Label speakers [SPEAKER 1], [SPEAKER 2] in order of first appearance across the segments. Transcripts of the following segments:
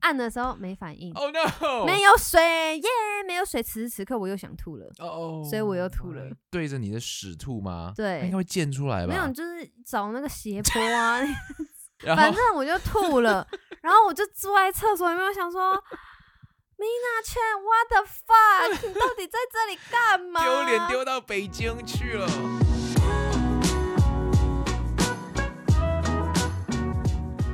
[SPEAKER 1] 按的时候没反应，
[SPEAKER 2] Oh no！
[SPEAKER 1] 没有水耶没有水。此时此刻我又想吐了，
[SPEAKER 2] 哦哦，
[SPEAKER 1] 所以我又吐了。
[SPEAKER 2] 对着你的屎吐吗？
[SPEAKER 1] 对
[SPEAKER 2] 它应该会溅出来吧？
[SPEAKER 1] 没有，你就是找那个 斜坡啊，
[SPEAKER 2] 然
[SPEAKER 1] 反
[SPEAKER 2] 后
[SPEAKER 1] 正我就吐 了，然后我就坐在厕所里面，我想说，Mina 劝 What the fuck，你到底在这里干嘛？
[SPEAKER 2] 丢脸丢到北京去了。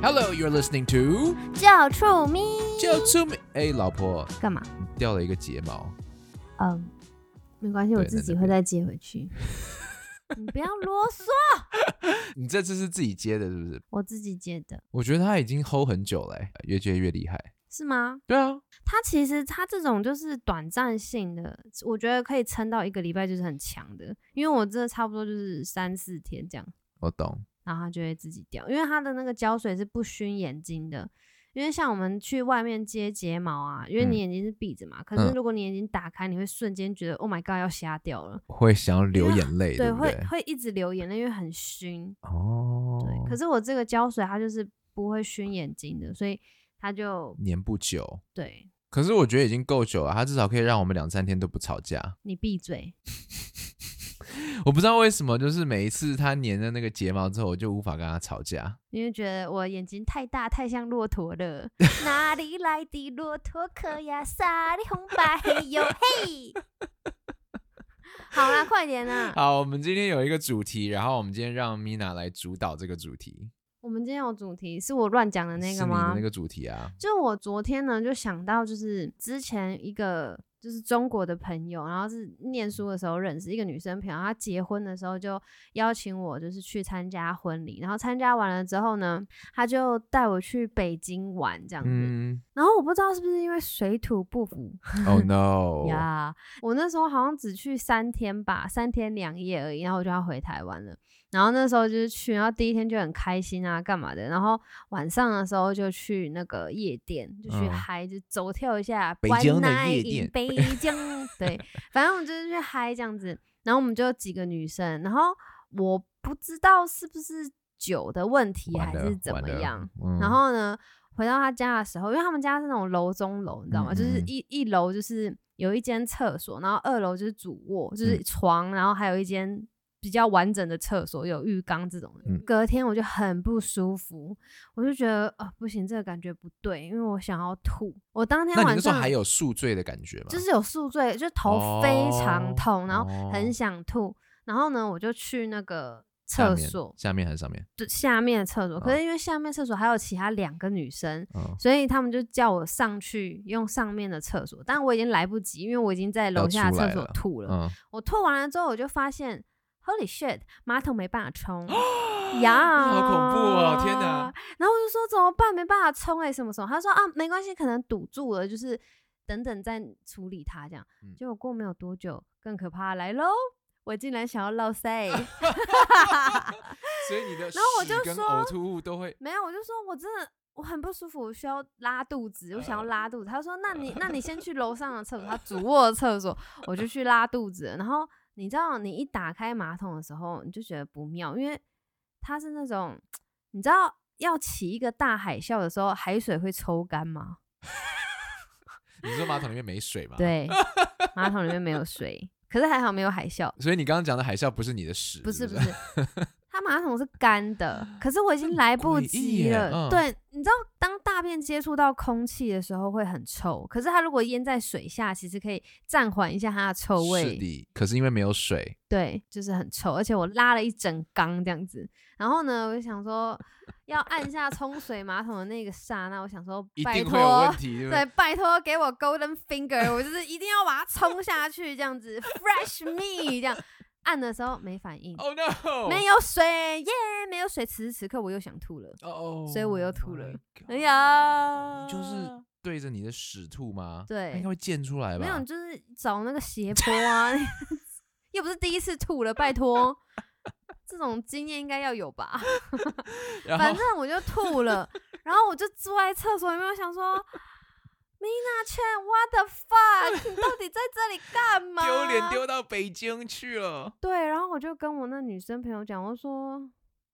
[SPEAKER 2] Hello, you're listening to
[SPEAKER 1] 叫处咪
[SPEAKER 2] 叫出名。哎，老婆，
[SPEAKER 1] 干嘛？
[SPEAKER 2] 你掉了一个睫毛。
[SPEAKER 1] 嗯，没关系，
[SPEAKER 2] 对
[SPEAKER 1] 我自己
[SPEAKER 2] 那就
[SPEAKER 1] 会再接回 去。你不要啰嗦，
[SPEAKER 2] 你这次是自己接的，是不是？
[SPEAKER 1] 我自己接的，
[SPEAKER 2] 我觉得他已经 hold 很久了、哎越接越厉害。
[SPEAKER 1] 是吗？
[SPEAKER 2] 对啊，
[SPEAKER 1] 它其实它这种就是短暂性的，我觉得可以撑到一个礼拜就是很强的，因为我真的差不多就是三四天这样。
[SPEAKER 2] 我懂。
[SPEAKER 1] 然后它就会自己掉，因为它的那个胶水是不熏眼睛的。因为像我们去外面接睫毛啊，因为
[SPEAKER 2] 嗯
[SPEAKER 1] 你眼睛是闭着嘛，可是
[SPEAKER 2] 嗯
[SPEAKER 1] 如果你眼睛打开，你会瞬间觉得 Oh my God 要瞎掉了，
[SPEAKER 2] 会想要流眼泪，
[SPEAKER 1] 对，
[SPEAKER 2] 不
[SPEAKER 1] 会
[SPEAKER 2] 对？
[SPEAKER 1] 会一直流眼泪，因为很熏。
[SPEAKER 2] 哦
[SPEAKER 1] 对，，可是我这个胶水它就是不会熏眼睛的，所以它就
[SPEAKER 2] 粘不久。
[SPEAKER 1] 对
[SPEAKER 2] 可是我觉得已经够久了，他至少可以让我们两三天都不吵架。
[SPEAKER 1] 你闭嘴。
[SPEAKER 2] 我不知道为什么，就是每一次他粘了那个睫毛之后，我就无法跟他吵架。
[SPEAKER 1] 你会觉得我眼睛太大，太像骆驼 了。哪里来的骆驼壳呀？啥的红白黑哟嘿！好啦，快点啦！
[SPEAKER 2] 好，我们今天有一个主题，然后我们今天让 Mina 来主导这个主题。
[SPEAKER 1] 我们今天有主题，是我乱讲的那
[SPEAKER 2] 是
[SPEAKER 1] 个
[SPEAKER 2] 你
[SPEAKER 1] 吗？
[SPEAKER 2] 的那个主题啊，
[SPEAKER 1] 就我昨天呢，就想到就是之前一个就是中国的朋友，然后是念书的时候认识一个女生朋友，她结婚的时候就邀请我就是去参加婚礼，然后参加完了之后呢，她就带我去北京玩这样子，
[SPEAKER 2] 嗯
[SPEAKER 1] 然后我不知道是不是因为水土不服，
[SPEAKER 2] ，Oh no，
[SPEAKER 1] 呀我那时候好像只去三天吧，三天两夜而已，然后我就要回台湾了。然后那时候就是去，然后第一天就很开心啊，干嘛的？然后晚上的时候就去那个夜店，就去
[SPEAKER 2] 嗯
[SPEAKER 1] 嗨，就走跳一下。
[SPEAKER 2] 北
[SPEAKER 1] One
[SPEAKER 2] 京的
[SPEAKER 1] night
[SPEAKER 2] 夜
[SPEAKER 1] in
[SPEAKER 2] 店
[SPEAKER 1] 北 京，对，反正我就是去嗨这样子。然后我们就有几个女生，然后我不知道是不是酒的问题
[SPEAKER 2] 完
[SPEAKER 1] 还
[SPEAKER 2] 了
[SPEAKER 1] 是怎么样，？
[SPEAKER 2] 完了嗯
[SPEAKER 1] 然后呢，回到他家的时候，因为他们家是那种楼中楼，你知道吗？
[SPEAKER 2] 嗯
[SPEAKER 1] 就是
[SPEAKER 2] 嗯嗯
[SPEAKER 1] 一一楼就是有一间厕所，然后二楼就是主卧，就是
[SPEAKER 2] 嗯
[SPEAKER 1] 床，然后还有一间。比较完整的厕所有浴缸这种的，
[SPEAKER 2] 嗯
[SPEAKER 1] 隔天我就很不舒服，我就觉得啊、不行，这个感觉不对，因为我想要吐。我当天
[SPEAKER 2] 那你
[SPEAKER 1] 晚
[SPEAKER 2] 那时候
[SPEAKER 1] 上
[SPEAKER 2] 还有宿醉的感觉吗？
[SPEAKER 1] 就是有宿醉，就头非常
[SPEAKER 2] 哦
[SPEAKER 1] 痛，然后
[SPEAKER 2] 哦
[SPEAKER 1] 很想吐，然后呢，我就去那个
[SPEAKER 2] 下
[SPEAKER 1] 厕
[SPEAKER 2] 面
[SPEAKER 1] 所，
[SPEAKER 2] 下面还是上面？
[SPEAKER 1] 就下面的厕所。可
[SPEAKER 2] 哦
[SPEAKER 1] 是因为下面厕所还有其他两个女生，
[SPEAKER 2] 嗯，
[SPEAKER 1] 所以他们就叫我上去用上面的厕所，但我已经来不及，因为我已经在楼下的厕所吐了。
[SPEAKER 2] 嗯，
[SPEAKER 1] 我吐完了之后，我就发现，Holy shit，马桶没办法 冲呀，
[SPEAKER 2] 好恐怖哦天哪！
[SPEAKER 1] 然后我就说怎么办？没办法冲哎、什么什么？他说啊，没关系，可能堵住了，就是等等再处理它这样
[SPEAKER 2] 嗯。
[SPEAKER 1] 结果过没有多久，更可怕的来喽！我竟然想要落 塞。
[SPEAKER 2] 所以你的
[SPEAKER 1] 然后我就
[SPEAKER 2] 屎跟
[SPEAKER 1] 说
[SPEAKER 2] 呕吐物都会
[SPEAKER 1] 没有，我就说我真的我很不舒服，我需要拉肚子，我想要
[SPEAKER 2] 呃
[SPEAKER 1] 拉肚子。他说：“那你那你先去楼上的厕所，他主卧的厕所，我就去拉肚子了。”然后你知道，你一打开马桶的时候，你就觉得不妙，因为它是那种你知道要起一个大海啸的时候，海水会抽干吗？
[SPEAKER 2] 你说马桶里面没水吗？。
[SPEAKER 1] 对，马桶里面没有水，可是还好没有海啸，
[SPEAKER 2] 所以你刚刚讲的海啸不是你的屎，
[SPEAKER 1] 不是
[SPEAKER 2] 是
[SPEAKER 1] 不是。 它马桶是干的，可是我已经来不
[SPEAKER 2] 诡异
[SPEAKER 1] 及
[SPEAKER 2] 耶
[SPEAKER 1] 了。
[SPEAKER 2] 嗯
[SPEAKER 1] 对，你知道，当大便接触到空气的时候会很臭，可是它如果淹在水下，其实可以暂缓一下它的臭
[SPEAKER 2] 是
[SPEAKER 1] 味。
[SPEAKER 2] 的，可是因为没有水，
[SPEAKER 1] 对，就是很臭，而且我拉了一整缸这样子。然后呢，我就想说要按下冲水马桶的那个刹那，我想说
[SPEAKER 2] 一
[SPEAKER 1] 拜
[SPEAKER 2] 定会有
[SPEAKER 1] 托
[SPEAKER 2] 问， 题，对不
[SPEAKER 1] 对，拜托给我 golden finger，我就是一定要把它冲下去，这样子 fresh me 这样。按的时候没反应，
[SPEAKER 2] ？Oh no！
[SPEAKER 1] 没有水耶没有水。此时此刻我又想吐了。
[SPEAKER 2] 哦，
[SPEAKER 1] 所以我又吐了
[SPEAKER 2] Oh my god。
[SPEAKER 1] 哎呀，
[SPEAKER 2] 哦就是对着你的屎吐吗？
[SPEAKER 1] 对
[SPEAKER 2] 它应该会溅出来吧？
[SPEAKER 1] 没有，你就是找那个 斜坡啊， 又不是第一次吐了，拜托，这种经验应该要有吧？
[SPEAKER 2] 然
[SPEAKER 1] 反
[SPEAKER 2] 后
[SPEAKER 1] 正我就吐了，然后我就坐在厕所里面，我想说。Mina 劝 What the fuck？你到底在这里干嘛？
[SPEAKER 2] 丢脸丢到北京去了。
[SPEAKER 1] 对，然后我就跟我那女生朋友讲，我说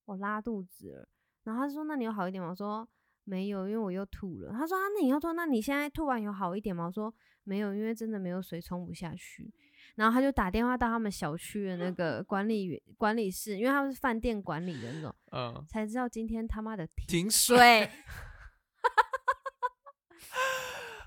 [SPEAKER 1] 我拉肚子了，然后她说那你有好一点吗？我说没有，因为我又吐了。他说啊，那你要吐，那你现在吐完有好一点吗？我说没有，因为真的没有水冲不下去。然后他就打电话到他们小区的那个管理员、管理室，因为他们是饭店管理的那种，
[SPEAKER 2] 嗯，
[SPEAKER 1] 才知道今天他妈的停
[SPEAKER 2] 停水
[SPEAKER 1] 水。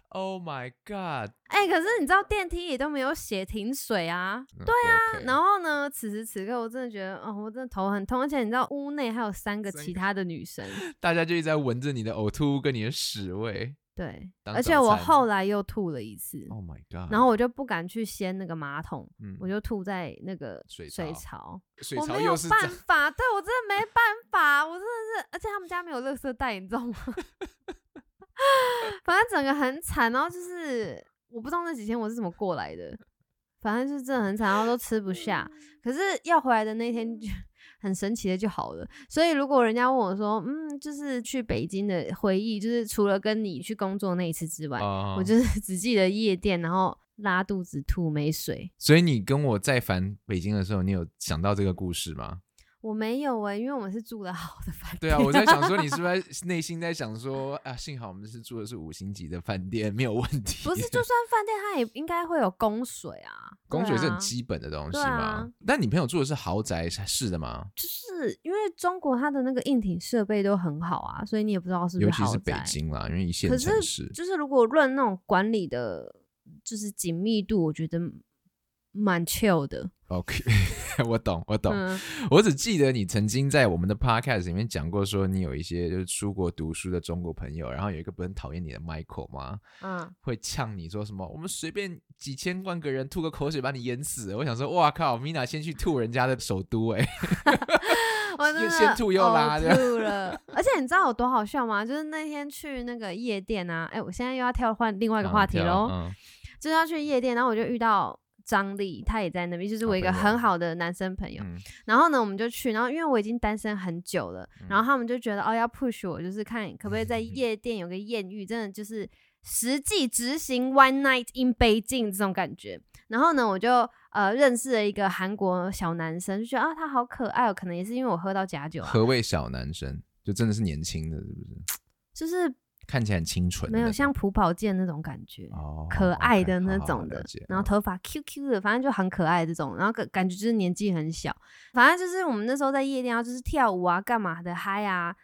[SPEAKER 2] ，Oh my God，
[SPEAKER 1] 哎、可是你知道电梯也都没有写停水啊。
[SPEAKER 2] 对啊
[SPEAKER 1] 然后呢，此时此刻我真的觉得，哦，我真的头很痛，而且你知道屋内还有三个
[SPEAKER 2] 三
[SPEAKER 1] 其
[SPEAKER 2] 个
[SPEAKER 1] 他的女生，
[SPEAKER 2] 大家就一直在闻着你的呕吐物跟你的屎味
[SPEAKER 1] 对，
[SPEAKER 2] 当
[SPEAKER 1] 而且
[SPEAKER 2] 早
[SPEAKER 1] 我
[SPEAKER 2] 餐
[SPEAKER 1] 后来又吐了一次，
[SPEAKER 2] ，Oh my God，
[SPEAKER 1] 然后我就不敢去掀那个马桶，
[SPEAKER 2] 嗯
[SPEAKER 1] 我就吐在那个
[SPEAKER 2] 水
[SPEAKER 1] 水
[SPEAKER 2] 槽
[SPEAKER 1] 槽，
[SPEAKER 2] 水
[SPEAKER 1] 我
[SPEAKER 2] 槽
[SPEAKER 1] 没有
[SPEAKER 2] 又是
[SPEAKER 1] 办
[SPEAKER 2] 脏，
[SPEAKER 1] 法，对我真的没办法，我真的是，而且他们家没有垃圾袋，你知道吗？ 反正整个很惨，然后就是我不知道那几天我是怎么过来的，反正就是真的很惨，然后都吃不下。
[SPEAKER 2] 嗯
[SPEAKER 1] 可是要回来的那天就 很神奇的就好了。所以如果人家问我说，嗯，就是去北京的回忆，就是除了跟你去工作那一次之外，
[SPEAKER 2] 啊
[SPEAKER 1] 我就是 只记得夜店，然后拉肚子、吐、没水。
[SPEAKER 2] 所以你跟我再返北京的时候，你有想到这个故事吗？
[SPEAKER 1] 我没有哎、因为我们是住的好的饭店。
[SPEAKER 2] 对啊，我在想说，你是不是内心在想说啊，幸好我们是住的是五星级的饭店，没有问题。
[SPEAKER 1] 不是， 就算饭店它也应该会有供水啊。
[SPEAKER 2] 供
[SPEAKER 1] 对
[SPEAKER 2] 水是很
[SPEAKER 1] 啊
[SPEAKER 2] 基本的东西
[SPEAKER 1] 对
[SPEAKER 2] 嘛
[SPEAKER 1] 啊。
[SPEAKER 2] 但你朋友住的是豪宅是的吗？
[SPEAKER 1] 就是因为中国它的那个硬体设备都很好啊，所以你也不知道是不
[SPEAKER 2] 尤其
[SPEAKER 1] 豪
[SPEAKER 2] 是北
[SPEAKER 1] 宅。
[SPEAKER 2] 京啦，因为一线
[SPEAKER 1] 可
[SPEAKER 2] 城
[SPEAKER 1] 是
[SPEAKER 2] 市。
[SPEAKER 1] 就是如果论那种管理的，就是紧密度，我觉得蛮 chill 的。
[SPEAKER 2] OK，我 懂，我懂。
[SPEAKER 1] 嗯，
[SPEAKER 2] 我只记得你曾经在我们的 Podcast 里面讲过，说你有一些就是出国读书的中国朋友，然后有一个不是很讨厌你的 Michael 吗？
[SPEAKER 1] 嗯，
[SPEAKER 2] 会呛你说什么？我们随便几千万个人吐个口水把你淹死。我想说，哇靠，Mina 先去吐人家的首都、欸，哎，
[SPEAKER 1] 我真的
[SPEAKER 2] 先吐又拉
[SPEAKER 1] 呕
[SPEAKER 2] 这样
[SPEAKER 1] 哦吐了。 而且你知道有多好笑吗？就是那天去那个夜店啊，哎、我现在又要跳换另外一个话题喽。
[SPEAKER 2] 嗯
[SPEAKER 1] 就是要去夜店，然后我就遇到张力，他也在那边，就是我一个
[SPEAKER 2] 好朋友
[SPEAKER 1] 很好的男生朋友。
[SPEAKER 2] 嗯
[SPEAKER 1] 然后呢，我们就去，然后因为我已经单身很久了，然后他们就觉得哦要 push 我，就是看可不可以在夜店有个艳遇，真的就是实际执行 one night in 北京这种感觉。然后呢，我就呃认识了一个韩国小男生，就觉得啊他好可爱哦，可能也是因为我喝到假酒、啊，
[SPEAKER 2] 何谓小男生？就真的是年轻的，是不是？
[SPEAKER 1] 就是
[SPEAKER 2] 看起来很清纯的
[SPEAKER 1] 没
[SPEAKER 2] 那种，
[SPEAKER 1] 有像朴宝剑那种感觉。
[SPEAKER 2] 哦
[SPEAKER 1] 可爱
[SPEAKER 2] OK，
[SPEAKER 1] 的那
[SPEAKER 2] 好好
[SPEAKER 1] 种
[SPEAKER 2] 了
[SPEAKER 1] 的
[SPEAKER 2] 解，
[SPEAKER 1] 然后
[SPEAKER 2] 嗯
[SPEAKER 1] 头发 Q Q 的，反正就很可爱这种，然后感感觉就是年纪很小，反正就是我们那时候在夜店啊，就是跳舞啊，干嘛的嗨啊。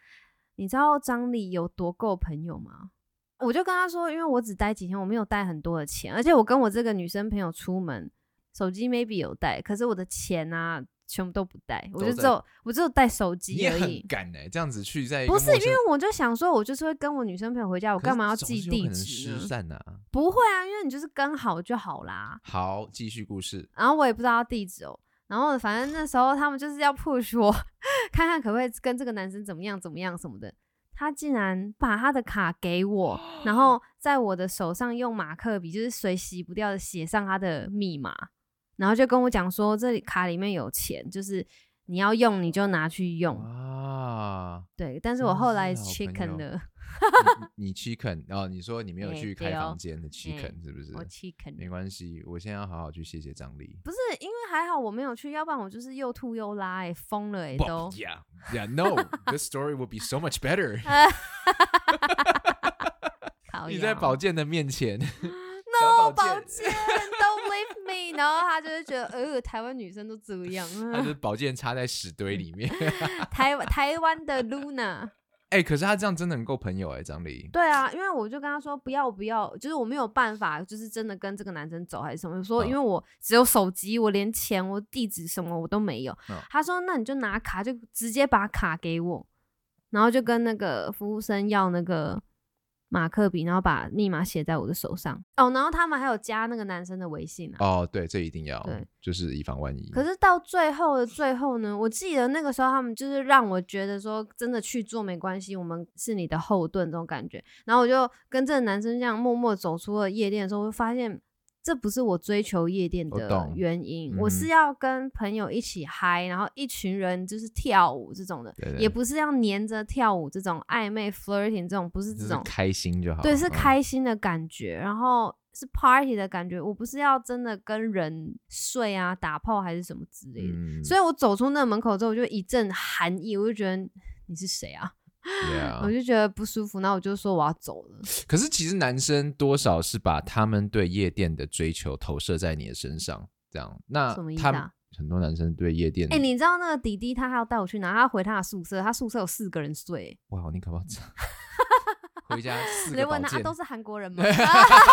[SPEAKER 1] 你知道张力有多够朋友吗？我就跟他说，因为我只待几天，我没有带很多的钱，而且我跟我这个女生朋友出门，手机 maybe 有带，可是我的钱啊全部都不带，我
[SPEAKER 2] 都
[SPEAKER 1] 就
[SPEAKER 2] 在
[SPEAKER 1] 只有我只有带手
[SPEAKER 2] 你
[SPEAKER 1] 机
[SPEAKER 2] 也
[SPEAKER 1] 而
[SPEAKER 2] 很
[SPEAKER 1] 已。
[SPEAKER 2] 敢哎、这样子去在一个
[SPEAKER 1] 不是，
[SPEAKER 2] 陌
[SPEAKER 1] 因
[SPEAKER 2] 生
[SPEAKER 1] 为我就想说，我就是会跟我女生朋友回家，我
[SPEAKER 2] 可
[SPEAKER 1] 干
[SPEAKER 2] 是
[SPEAKER 1] 嘛要
[SPEAKER 2] 总
[SPEAKER 1] 记
[SPEAKER 2] 是有可
[SPEAKER 1] 地
[SPEAKER 2] 能
[SPEAKER 1] 址
[SPEAKER 2] 失
[SPEAKER 1] 呢？
[SPEAKER 2] 散啊？
[SPEAKER 1] 不会啊，因为你就是跟好就好啦。
[SPEAKER 2] 好，继续故事。
[SPEAKER 1] 然后我也不知道地址哦。然后反正那时候他们就是要 push 我， 看看可不可以跟这个男生怎么样怎么样什么的。他竟然把他的卡给我，然 后在我的手上用马克笔，就是水洗不掉的写上他的密码，然后就跟我讲说，这里卡里面有钱，就是你要用你就拿去用。
[SPEAKER 2] 啊，
[SPEAKER 1] 对，但是
[SPEAKER 2] 真
[SPEAKER 1] 我
[SPEAKER 2] 的
[SPEAKER 1] 后
[SPEAKER 2] 是
[SPEAKER 1] 来
[SPEAKER 2] 好朋
[SPEAKER 1] chicken
[SPEAKER 2] 友
[SPEAKER 1] 了，
[SPEAKER 2] 你你 chicken 哦，你说你没有
[SPEAKER 1] 哎
[SPEAKER 2] 去
[SPEAKER 1] 对
[SPEAKER 2] 开
[SPEAKER 1] 哦
[SPEAKER 2] 房间的 chicken、
[SPEAKER 1] 哎
[SPEAKER 2] 是不是？
[SPEAKER 1] 我 chicken
[SPEAKER 2] 没
[SPEAKER 1] 了。
[SPEAKER 2] 关系，我现在要好好去谢谢张力。
[SPEAKER 1] 不是因为还好我没有去，要不然我就是又吐又拉、哎，疯了哎、
[SPEAKER 2] 不
[SPEAKER 1] 都。
[SPEAKER 2] yeah, yeah, no. This story will be so much better.
[SPEAKER 1] 哎靠
[SPEAKER 2] 你在
[SPEAKER 1] 腰
[SPEAKER 2] 宝剑的面前
[SPEAKER 1] no，
[SPEAKER 2] 小宝
[SPEAKER 1] 宝
[SPEAKER 2] 剑
[SPEAKER 1] 剑，don't leave me。然后他就是觉得，呃，台湾女生都这样
[SPEAKER 2] 他
[SPEAKER 1] 啊
[SPEAKER 2] 是，宝剑插在屎堆
[SPEAKER 1] 嗯
[SPEAKER 2] 里面。
[SPEAKER 1] 台台湾的 Luna。
[SPEAKER 2] 哎、可是他这样真的很够朋友哎、张力。
[SPEAKER 1] 对啊，因为我就跟他说不要不要，就是我没有办法，就是真的跟这个男生走还是什么。我说
[SPEAKER 2] 嗯
[SPEAKER 1] 因为我只有手机，我连钱、我地址什么我都没有
[SPEAKER 2] 嗯。
[SPEAKER 1] 他说那你就拿卡，就直接把卡给我，然后就跟那个服务生要那个马克笔，然后把密码写在我的手上。哦，然后他们还有加那个男生的微信啊。
[SPEAKER 2] 哦，对，这一定要
[SPEAKER 1] 对，
[SPEAKER 2] 就是以防万一。
[SPEAKER 1] 可是到最后的最后呢，我记得那个时候他们就是让我觉得说，真的去做没关系，我们是你的后盾这种感觉。然后我就跟这个男生这样默默走出了夜店的时候，我就发现这不是我追求夜店
[SPEAKER 2] 我
[SPEAKER 1] 的
[SPEAKER 2] 懂
[SPEAKER 1] 原因，
[SPEAKER 2] 嗯
[SPEAKER 1] 我
[SPEAKER 2] 哼
[SPEAKER 1] 是要跟朋友一起嗨，然后一群人就是跳舞这种的，
[SPEAKER 2] 对对
[SPEAKER 1] 也不是要黏着跳舞这种暧昧 flirting 这种，不是
[SPEAKER 2] 就
[SPEAKER 1] 这
[SPEAKER 2] 是
[SPEAKER 1] 种，
[SPEAKER 2] 开心就好。
[SPEAKER 1] 对，是
[SPEAKER 2] 嗯
[SPEAKER 1] 开心的感觉，然后是 party 的感觉。我不是要真的跟人睡啊、打炮还是什么之类的。
[SPEAKER 2] 嗯
[SPEAKER 1] 所以我走出那门口之后，我就一阵寒意，我就觉得你是谁啊？我
[SPEAKER 2] Yeah，
[SPEAKER 1] 就觉得不舒服，然后我就说我要走了。
[SPEAKER 2] 可是其实男生多少是把他们对夜店的追求投射在你的身上，这样。那
[SPEAKER 1] 什么意思
[SPEAKER 2] 他
[SPEAKER 1] 啊
[SPEAKER 2] 们嗯很多男生对夜店，
[SPEAKER 1] 哎、你知道那个弟弟他还要带我去哪？他回他的宿舍，他宿舍有四个人睡，
[SPEAKER 2] 哇，你可不可以 这样回家四
[SPEAKER 1] 直
[SPEAKER 2] 个
[SPEAKER 1] 接
[SPEAKER 2] 宝
[SPEAKER 1] 问他、啊、
[SPEAKER 2] 剑，
[SPEAKER 1] 都是韩国人 吗？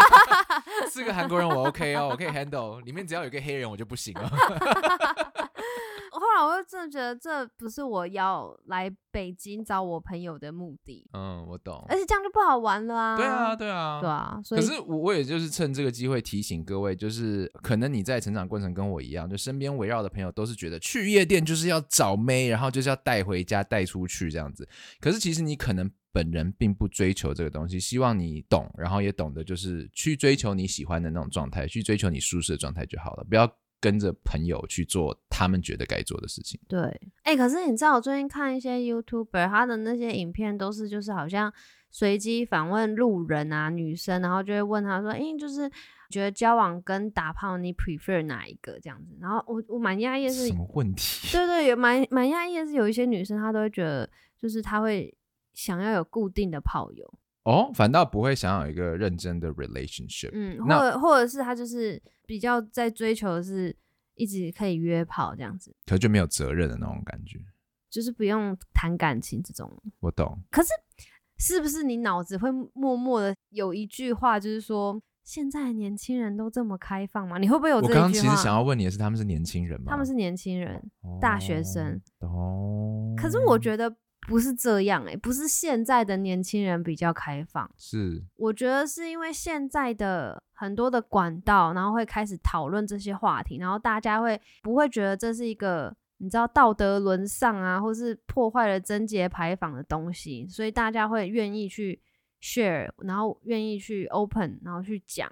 [SPEAKER 2] 四个韩国人我 OK 哦，我可以 handle，里面只要有一个黑人我就不行哦了。
[SPEAKER 1] 我后来我就真的觉得这不是我要来北京找我朋友的目的，
[SPEAKER 2] 嗯，我懂。
[SPEAKER 1] 而且这样就不好玩了哎啊。
[SPEAKER 2] 对啊，对啊，
[SPEAKER 1] 对啊，所
[SPEAKER 2] 可
[SPEAKER 1] 以
[SPEAKER 2] 是我我也就是趁这个机会提醒各位，就是可能你在成长过程跟我一样，就身边围绕的朋友都是觉得去夜店就是要找妹，然后就是要带回家带出去这样子。可是其实你可能本人并不追求这个东西，希望你懂，然后也懂得就是去追求你喜欢的那种状态，去追求你舒适的状态就好了，不要跟着朋友去做他们觉得该做的事情。
[SPEAKER 1] 对，哎、可是你知道我最近看一些 YouTuber，他的那些影片都是就是好像随机访问路人啊，女生，然后就会问他说，哎、就是觉得交往跟打炮你 prefer 哪一个这样子？然后我我蛮讶异的是
[SPEAKER 2] 什，么问题？
[SPEAKER 1] 对对，有蛮蛮讶异的是，有一些女生她都会觉得就是她会想要有固定的炮友，
[SPEAKER 2] 哦，反倒不会想要有一个认真的 relationship。
[SPEAKER 1] 嗯，或
[SPEAKER 2] 那
[SPEAKER 1] 者或者是她就是比较在追求的是一直可以约炮这样子，
[SPEAKER 2] 可就没有责任的那种感觉。
[SPEAKER 1] 就是不用谈感情这种。
[SPEAKER 2] 我懂，
[SPEAKER 1] 是不是你脑子会默默的有一句话，就是说现在的年轻人都这么开放吗？你会不会有
[SPEAKER 2] 我
[SPEAKER 1] 哦这一
[SPEAKER 2] 刚刚其
[SPEAKER 1] 句
[SPEAKER 2] 实
[SPEAKER 1] 话？
[SPEAKER 2] 想要问你的是，他们是年轻人吗？
[SPEAKER 1] 他们是年轻人，大学生
[SPEAKER 2] 哦。
[SPEAKER 1] 可是我觉得不是这样哎、不是现在的年轻人比较开放，
[SPEAKER 2] 是
[SPEAKER 1] 我觉得是因为现在的很多的管道，然后会开始讨论这些话题，然后大家会不会觉得这是一个你知道道德沦丧啊，或是破坏了贞洁牌坊的东西，所以大家会愿意去 share，然后愿意去 open，然后去讲，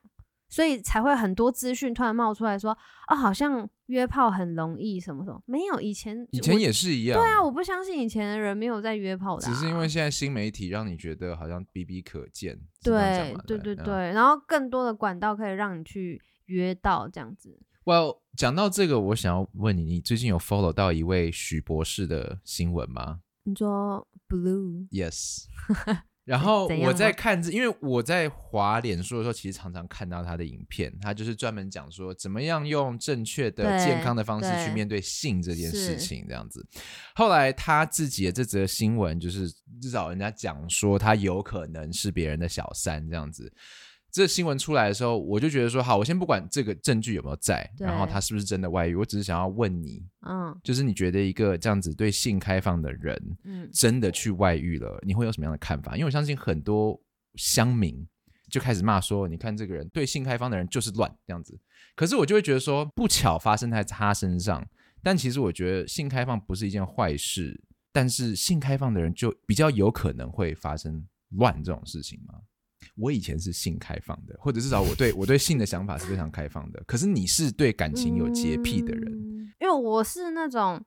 [SPEAKER 1] 所以才会很多资讯突然冒出来说，哦，好像约炮很容易什么什么，没有以前
[SPEAKER 2] 以前
[SPEAKER 1] 我
[SPEAKER 2] 也是一样，
[SPEAKER 1] 对啊，我不相信以前的人没有在约炮的啊、
[SPEAKER 2] 只是因为现在新媒体让你觉得好像比比可见，是这样
[SPEAKER 1] 对
[SPEAKER 2] 讲吗
[SPEAKER 1] 对对。
[SPEAKER 2] 嗯
[SPEAKER 1] 对，然后更多的管道可以让你去约到这样子。
[SPEAKER 2] Well，讲到这个，我想要问你，你最近有 follow 到一位许博士的新闻吗
[SPEAKER 1] 你说 blue，
[SPEAKER 2] ？Yes 。然后
[SPEAKER 1] 怎
[SPEAKER 2] 我
[SPEAKER 1] 样
[SPEAKER 2] 在
[SPEAKER 1] 吗
[SPEAKER 2] 看这，因为我在滑脸书的时候，其实常常看到他的影片，他就是专门讲说怎么样用正确的、
[SPEAKER 1] 对
[SPEAKER 2] 健康的方式去
[SPEAKER 1] 对
[SPEAKER 2] 面对性这件事
[SPEAKER 1] 是
[SPEAKER 2] 情，这样子。后来他自己的这则新闻就是至少人家讲说他有可能是别人的小三这样子。这新闻出来的时候，我就觉得说好，我先不管这个证据有没有在，
[SPEAKER 1] 对
[SPEAKER 2] 然后他是不是真的外遇，我只是想要问你，
[SPEAKER 1] 嗯
[SPEAKER 2] 就是你觉得一个这样子对性开放的人，
[SPEAKER 1] 嗯，
[SPEAKER 2] 真的去外遇了，你会有什么样的看法？因为我相信很多乡民就开始骂说，你看这个人对性开放的人就是乱这样子。可是我就会觉得说，不巧发生在他身上，但其实我觉得性开放不是一件坏事，但是性开放的人就比较有可能会发生乱这种事情吗？我以前是性开放的，或者至少我对我对性的想法是非常开放的。可是你是对感情有洁癖的人，
[SPEAKER 1] 嗯因为我是那种，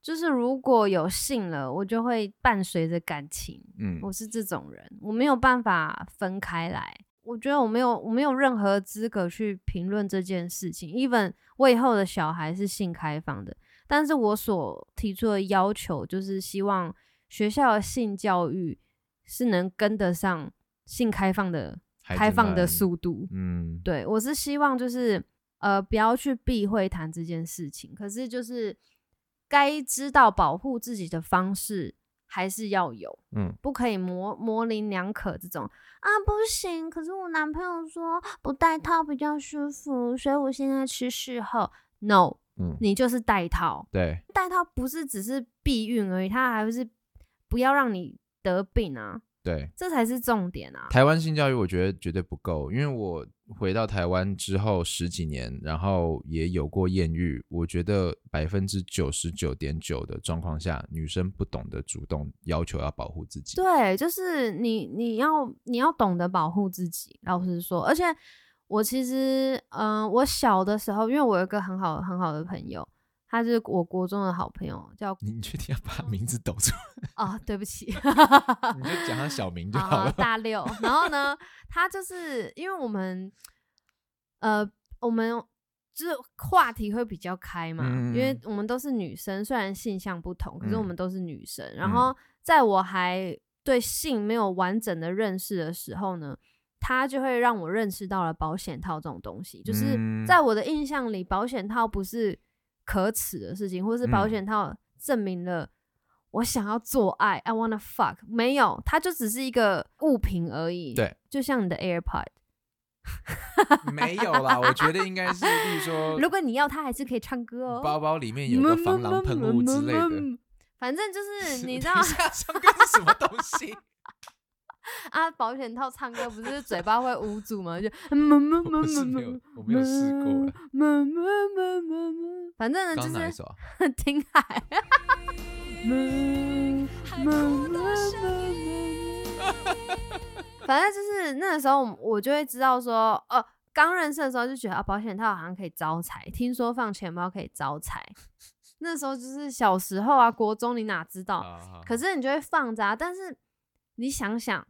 [SPEAKER 1] 就是如果有性了，我就会伴随着感情，
[SPEAKER 2] 嗯，
[SPEAKER 1] 我是这种人，我没有办法分开来。我觉得我没有，我没有任何资格去评论这件事情。even 我以后的小孩是性开放的，但是我所提出的要求就是希望学校的性教育是能跟得上性开放的
[SPEAKER 2] 孩子
[SPEAKER 1] 开放的
[SPEAKER 2] 们，
[SPEAKER 1] 速度。
[SPEAKER 2] 嗯，
[SPEAKER 1] 对我是希望就是呃不要去避讳谈这件事情，可是就是该知道保护自己的方式还是要有。
[SPEAKER 2] 嗯，
[SPEAKER 1] 不可以模模棱两可这种啊，不行。可是我男朋友说不戴套比较舒服，所以我现在吃事后。No，
[SPEAKER 2] 嗯，
[SPEAKER 1] 你就是戴套，
[SPEAKER 2] 对。
[SPEAKER 1] 戴套不是只是避孕而已，它还是不要让你得病啊，
[SPEAKER 2] 对，
[SPEAKER 1] 这才是重点啊。
[SPEAKER 2] 台湾性教育我觉得绝对不够，因为我回到台湾之后十几年，然后也有过艳遇，我觉得百分之九十九点九的状况下，女生不懂得主动要求要保护自己。
[SPEAKER 1] 对，就是你你要你要懂得保护自己，老实说。而且我其实，嗯、我小的时候，因为我有一个很好很好的朋友，他是我国中的好朋友，叫
[SPEAKER 2] 你你确定要把名字抖出来？
[SPEAKER 1] 啊，对不起，
[SPEAKER 2] 你就讲他小名就
[SPEAKER 1] 好
[SPEAKER 2] 好了。
[SPEAKER 1] 啊 大六。然后呢，他就是因为我们，呃，我们就是话题会比较开嘛，
[SPEAKER 2] 嗯
[SPEAKER 1] 因为我们都是女生，虽然性向不同，可是我
[SPEAKER 2] 嗯
[SPEAKER 1] 们都是女生。然
[SPEAKER 2] 嗯
[SPEAKER 1] 后在我还。对性没有完整的认识的时候呢，它就会让我认识到了保险套这种东西。就是
[SPEAKER 2] 嗯
[SPEAKER 1] 在我的印象里，保险套不是可耻的事情，或是保
[SPEAKER 2] 嗯
[SPEAKER 1] 险套证明了我想要做爱，I wanna fuck，没有，它就只是一个物品而已。
[SPEAKER 2] 对，
[SPEAKER 1] 就像你的 AirPod，
[SPEAKER 2] 没有啦，我觉得应该是，例如说
[SPEAKER 1] 如果你要它，还是可以唱歌哦。
[SPEAKER 2] 包包里面有个防狼喷雾之类
[SPEAKER 1] 嗯
[SPEAKER 2] 的。
[SPEAKER 1] 反正 就是你知道
[SPEAKER 2] 等一下唱歌是什么东 西？
[SPEAKER 1] 啊，保险套唱歌不是嘴巴会捂住吗？就嗯嗯嗯
[SPEAKER 2] 我是
[SPEAKER 1] 嗯
[SPEAKER 2] 没
[SPEAKER 1] 嗯
[SPEAKER 2] 有，我没有试过啦。
[SPEAKER 1] 嗯嗯嗯嗯嗯反正呢
[SPEAKER 2] 刚刚哪一
[SPEAKER 1] 就
[SPEAKER 2] 首啊？
[SPEAKER 1] 是 听海。嗯嗯嗯嗯反正就是那个时候，我就会知道说，哦，刚认识的时候就觉得啊，保险套好像可以招财，听说放钱包可以招财。 那时候就是小时候啊，国中你哪知道？
[SPEAKER 2] 啊
[SPEAKER 1] 可是你就会放着啊。但是你想想，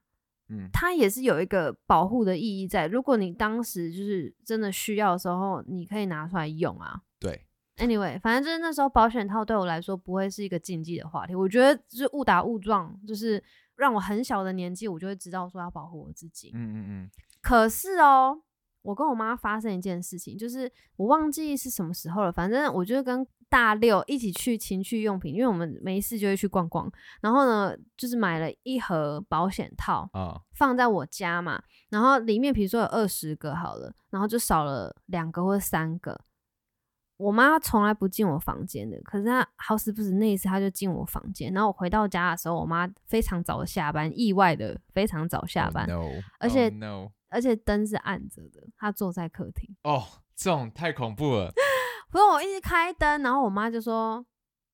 [SPEAKER 2] 嗯，
[SPEAKER 1] 它也是有一个保护的意义在。如果你当时就是真的需要的时候，你可以拿出来用啊。
[SPEAKER 2] 对，
[SPEAKER 1] Anyway，反正就是那时候保险套对我来说不会是一个禁忌的话题。我觉得就是误打误撞，就是让我很小的年纪，我就会知道说要保护我自己。
[SPEAKER 2] 嗯嗯嗯，
[SPEAKER 1] 可是哦，我跟我妈发生一件事情，就是我忘记是什么时候了，反正我就是跟大六一起去情趣用品，因为我们没事就会去逛逛，然后呢，就是买了一盒保险套
[SPEAKER 2] 啊，
[SPEAKER 1] 放在我家嘛，然后里面比如说有二十个好了，然后就少了两个或三个。我妈从来不进我房间的，可是她好死不死那一次她就进我房间，然后我回到家的时候，我妈非常早下班，意外的非常早下
[SPEAKER 2] Oh
[SPEAKER 1] 班，
[SPEAKER 2] no，
[SPEAKER 1] 而
[SPEAKER 2] Oh
[SPEAKER 1] 且
[SPEAKER 2] no，
[SPEAKER 1] 而且灯是暗着的，他坐在客厅。
[SPEAKER 2] 哦，这种太恐怖了。
[SPEAKER 1] 不是我一直开灯，然后我妈就说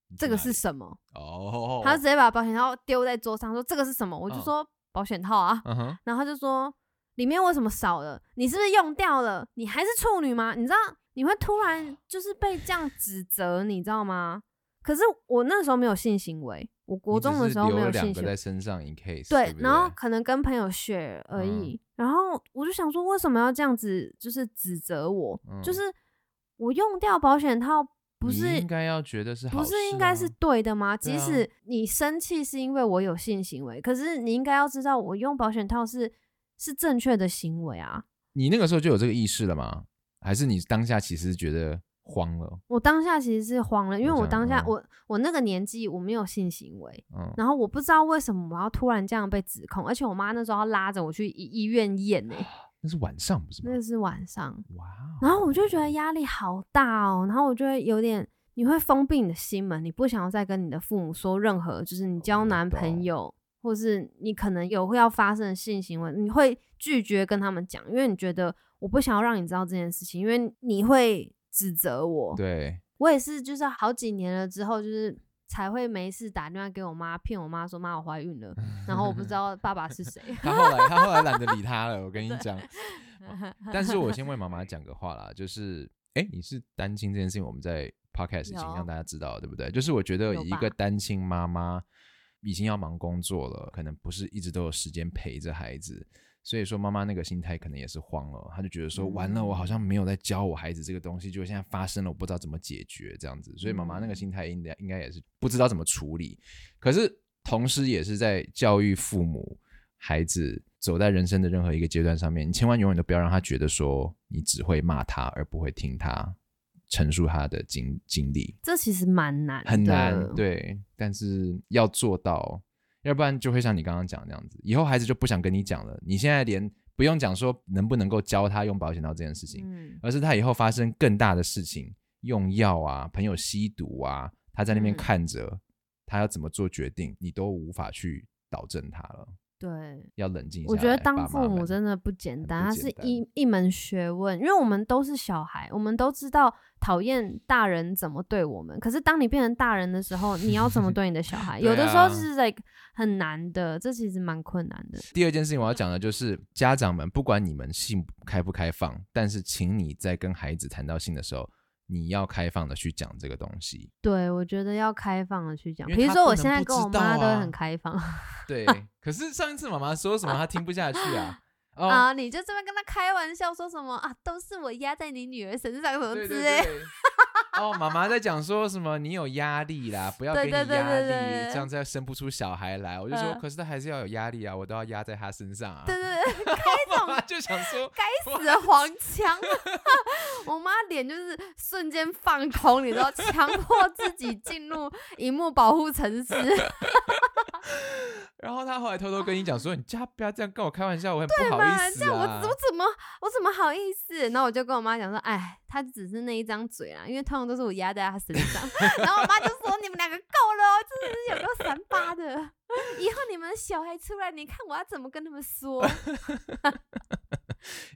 [SPEAKER 2] 你
[SPEAKER 1] 这
[SPEAKER 2] 去
[SPEAKER 1] 个
[SPEAKER 2] 哪
[SPEAKER 1] 是
[SPEAKER 2] 里
[SPEAKER 1] 什么，
[SPEAKER 2] 哦，
[SPEAKER 1] 她就直接把保险套丢在桌上，说这个是什么，我就
[SPEAKER 2] 嗯
[SPEAKER 1] 说保险套啊，
[SPEAKER 2] 嗯哼，
[SPEAKER 1] 然后她就说里面为什么少了？你是不是用掉了？你还是处女吗？你知道你会突然就是被这样指责，你知道吗？可是我那时候没有性行为，我国
[SPEAKER 2] 你只
[SPEAKER 1] 中的
[SPEAKER 2] 是
[SPEAKER 1] 时候
[SPEAKER 2] 留
[SPEAKER 1] 没
[SPEAKER 2] 了
[SPEAKER 1] 有
[SPEAKER 2] 两
[SPEAKER 1] 性
[SPEAKER 2] 个
[SPEAKER 1] 行为
[SPEAKER 2] 在，身上，in case
[SPEAKER 1] 对，
[SPEAKER 2] 不
[SPEAKER 1] 然后可能跟朋友学而
[SPEAKER 2] 嗯
[SPEAKER 1] 已。然后我就想说，为什么要这样子，就是指责我？就
[SPEAKER 2] 嗯
[SPEAKER 1] 是我用掉保险套，不
[SPEAKER 2] 你
[SPEAKER 1] 是
[SPEAKER 2] 应该要觉得是好
[SPEAKER 1] 不是应
[SPEAKER 2] 事
[SPEAKER 1] 该
[SPEAKER 2] 啊
[SPEAKER 1] 是对的吗？
[SPEAKER 2] 对
[SPEAKER 1] 即
[SPEAKER 2] 啊
[SPEAKER 1] 使你生气是因为我有性行为，可是你应该要知道，我用保险套是是正确的行为啊。
[SPEAKER 2] 你那个时候就有这个意识了吗？还是你当下其实觉得慌了？
[SPEAKER 1] 我当下其实是慌了，因为
[SPEAKER 2] 我
[SPEAKER 1] 我
[SPEAKER 2] 想
[SPEAKER 1] 当下
[SPEAKER 2] 嗯
[SPEAKER 1] 我我那个年纪我没有性行为，
[SPEAKER 2] 嗯，
[SPEAKER 1] 然后我不知道为什么我要突然这样被指控，而且我妈那时候要拉着我去医医院验呢、
[SPEAKER 2] 那是晚上不是吗
[SPEAKER 1] 那？个是晚上。
[SPEAKER 2] 哇哦，
[SPEAKER 1] 然后我就觉得压力好大哦，然后我就会有点，你会封闭你的心门，你不想要再跟你的父母说任何，就是你交
[SPEAKER 2] 我
[SPEAKER 1] 男
[SPEAKER 2] 懂
[SPEAKER 1] 朋友，或是你可能有会要发生的性行为，你会拒绝跟他们讲，因为你觉得我不想要让你知道这件事情，因为你会指责我。
[SPEAKER 2] 对，
[SPEAKER 1] 我也是，就是好几年了之后，就是。才会没事打电话给我妈，骗我妈说妈我怀孕 了，然后我不知道爸爸是谁。
[SPEAKER 2] 他后来他后来懒得理他了，我跟你讲。 但是我先为妈妈讲个话啦，就是，哎，你是单亲这件事情，我们在 podcast 已经
[SPEAKER 1] 有
[SPEAKER 2] 让大家知道了，对不对？就是我觉得
[SPEAKER 1] 有
[SPEAKER 2] 以一
[SPEAKER 1] 吧
[SPEAKER 2] 个单亲妈妈已经要忙工作了，可能不是一直都有时间陪着孩子，所以说妈妈那个心态可能也是慌了，她就觉得
[SPEAKER 1] 嗯
[SPEAKER 2] 说，完了，我好像没有在教我孩子这个东西，就现在发生了，我不知道怎么解决这样子，所以妈妈那个
[SPEAKER 1] 嗯
[SPEAKER 2] 心态应该应该也是不知道怎么处理，可是同时也是在教育父母孩子。走在人生的任何一个阶段上面，你千万永远都不要让他觉得说你只会骂他，而不会听他陈述他的经经历。
[SPEAKER 1] 这其实蛮难的，
[SPEAKER 2] 很难，对，但是要做到，要不然就会像你刚刚讲那样子，以后孩子就不想跟你讲了。你现在连不用讲说能不能够教他用保险套这件事情，
[SPEAKER 1] 嗯，
[SPEAKER 2] 而是他以后发生更大的事情，用药啊、朋友吸毒啊，他在那边
[SPEAKER 1] 嗯
[SPEAKER 2] 看着，他要怎么做决定，你都无法去导正他了。
[SPEAKER 1] 对。
[SPEAKER 2] 要冷静下来。
[SPEAKER 1] 我觉得
[SPEAKER 2] 爸
[SPEAKER 1] 当
[SPEAKER 2] 妈
[SPEAKER 1] 父母
[SPEAKER 2] 们
[SPEAKER 1] 真的不简单，
[SPEAKER 2] 很
[SPEAKER 1] 它
[SPEAKER 2] 不
[SPEAKER 1] 是
[SPEAKER 2] 简单
[SPEAKER 1] 一一门学问，因为我们都是小孩，我们都知道讨厌大人怎么对我们。可是当你变成大人的时候，你要怎么对你的小孩？
[SPEAKER 2] 对
[SPEAKER 1] 有的时候
[SPEAKER 2] 啊
[SPEAKER 1] 是 like 很难的，这其实蛮困难的。
[SPEAKER 2] 第二件事情我要讲的就是，家长们不管你们性开不开放，但是请你在跟孩子谈到性的时候，你要开放的去讲这个东西。
[SPEAKER 1] 对，我觉得要开放的去讲。
[SPEAKER 2] 因
[SPEAKER 1] 比
[SPEAKER 2] 为
[SPEAKER 1] 如
[SPEAKER 2] 他
[SPEAKER 1] 说，
[SPEAKER 2] 不
[SPEAKER 1] 我
[SPEAKER 2] 能
[SPEAKER 1] 现在
[SPEAKER 2] 不
[SPEAKER 1] 跟
[SPEAKER 2] 知
[SPEAKER 1] 我妈都
[SPEAKER 2] 道
[SPEAKER 1] 会
[SPEAKER 2] 啊
[SPEAKER 1] 很开放
[SPEAKER 2] 对， 可是上一次妈妈说什么，她听不下去啊。哦，
[SPEAKER 1] 啊，你就这边跟她开玩笑说什么啊，都是我压在你女儿身上什么
[SPEAKER 2] 对
[SPEAKER 1] 之
[SPEAKER 2] 对
[SPEAKER 1] 类。
[SPEAKER 2] 对，哦，妈妈在讲说什么你有压力啦，不要
[SPEAKER 1] 对
[SPEAKER 2] 给你压
[SPEAKER 1] 对
[SPEAKER 2] 力，
[SPEAKER 1] 对对对对
[SPEAKER 2] 这样再生不出小孩来。我就说，
[SPEAKER 1] 嗯
[SPEAKER 2] 可是他还是要有压力啊，我都要压在他身上啊。
[SPEAKER 1] 对对对，
[SPEAKER 2] 妈妈就想说，
[SPEAKER 1] 死了黄腔， 我妈脸就是瞬间放空，你知道，强迫自己进入荧幕保护城 市，
[SPEAKER 2] 然后他后来偷偷跟你讲说，你叫他不要这样跟我开玩笑，我很 不好
[SPEAKER 1] 妈，
[SPEAKER 2] 意
[SPEAKER 1] 哦这
[SPEAKER 2] 思
[SPEAKER 1] 样我
[SPEAKER 2] 啊
[SPEAKER 1] 我。怎么我怎么好意思？然后我就跟我妈讲说，哎，她只是那一张嘴啦，因为通常都是我压在她身上。 然后我妈就说，你们两个够了哦，真的是有够三八的。 以后你们小孩出来，你看我要怎么跟他们说？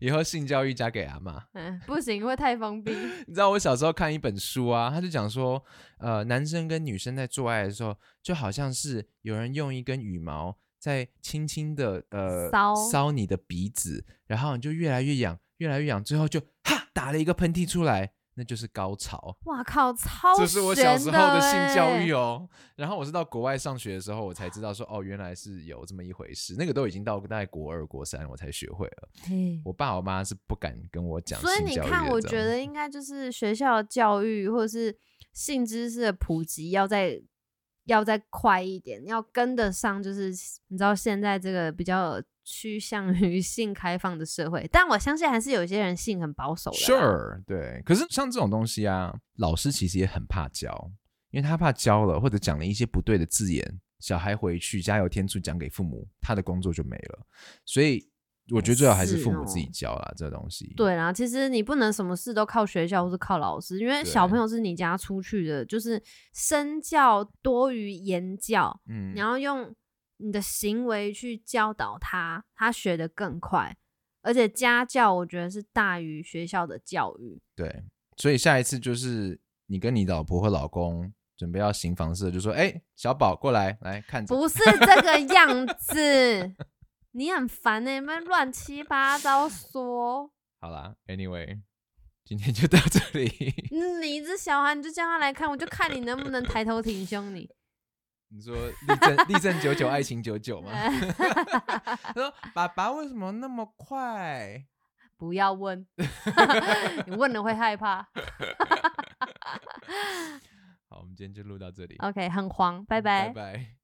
[SPEAKER 2] 以后性教育交给阿妈。
[SPEAKER 1] 嗯，不行，会太封 闭。
[SPEAKER 2] 你知道我小时候看一本书啊，他就讲说，呃，男生跟女生在做爱的时候，就好像是有人用一根羽毛在轻轻的呃
[SPEAKER 1] 搔
[SPEAKER 2] 搔你的鼻子，然后你就越来越痒，越来越痒，最后就哈打了一个喷嚏出来，那就是高潮。
[SPEAKER 1] 哇靠，超
[SPEAKER 2] 这是我小时候的
[SPEAKER 1] 悬
[SPEAKER 2] 性教育
[SPEAKER 1] 欸
[SPEAKER 2] 哦。然后我是到国外上学的时候，我才知道说，哦，原来是有这么一回事。那个都已经到大概国二、国三，我才学会了。
[SPEAKER 1] 欸嘿
[SPEAKER 2] 我爸我妈是不敢跟我讲
[SPEAKER 1] 所以
[SPEAKER 2] 性
[SPEAKER 1] 你
[SPEAKER 2] 教育
[SPEAKER 1] 看，
[SPEAKER 2] 的
[SPEAKER 1] 我
[SPEAKER 2] 这
[SPEAKER 1] 觉
[SPEAKER 2] 种
[SPEAKER 1] 得应该就是学校的教育或者是性知识的普及要再要再快一点，要跟得上。就是你知道现在这个比较趋向于 性开放的社会，但我相信还是有一些人性很保守的啦。
[SPEAKER 2] Sure，对。可是像这种东西啊，老师其实也很怕教，因为他怕教了或者讲了一些不对的字眼，小孩回去加油添醋讲给父母，他的工作就没了。所以我觉得最好还是
[SPEAKER 1] 是
[SPEAKER 2] 父母自己
[SPEAKER 1] 哦
[SPEAKER 2] 教啦，这东西。
[SPEAKER 1] 对啦，其实你不能什么事都靠学校或是靠老师，因为小
[SPEAKER 2] 对
[SPEAKER 1] 朋友是你家出去的，就是身教多于言教。
[SPEAKER 2] 嗯
[SPEAKER 1] 你，要用你的行为去教导他，他学得更快。而且家教我觉得是大于学校的教育，
[SPEAKER 2] 对。所以下一次就是你跟你老婆或老公准备要行房事，就说：“哎、小宝过来，来看着。
[SPEAKER 1] 不是这个样子。你很烦呢、欸，你们乱七八糟说。”
[SPEAKER 2] 好啦，Anyway，今天就到这里。
[SPEAKER 1] 嗯你一只小孩，你就叫他来看，我就看你能不能抬头挺胸你。
[SPEAKER 2] 你说立正立正九九，爱情九九 吗？他说：“爸爸为什么那么快
[SPEAKER 1] 不要问， 你问了会害怕。？”
[SPEAKER 2] 好，我们今天就录到这里，
[SPEAKER 1] OK，很黄，拜拜
[SPEAKER 2] 嗯拜。拜。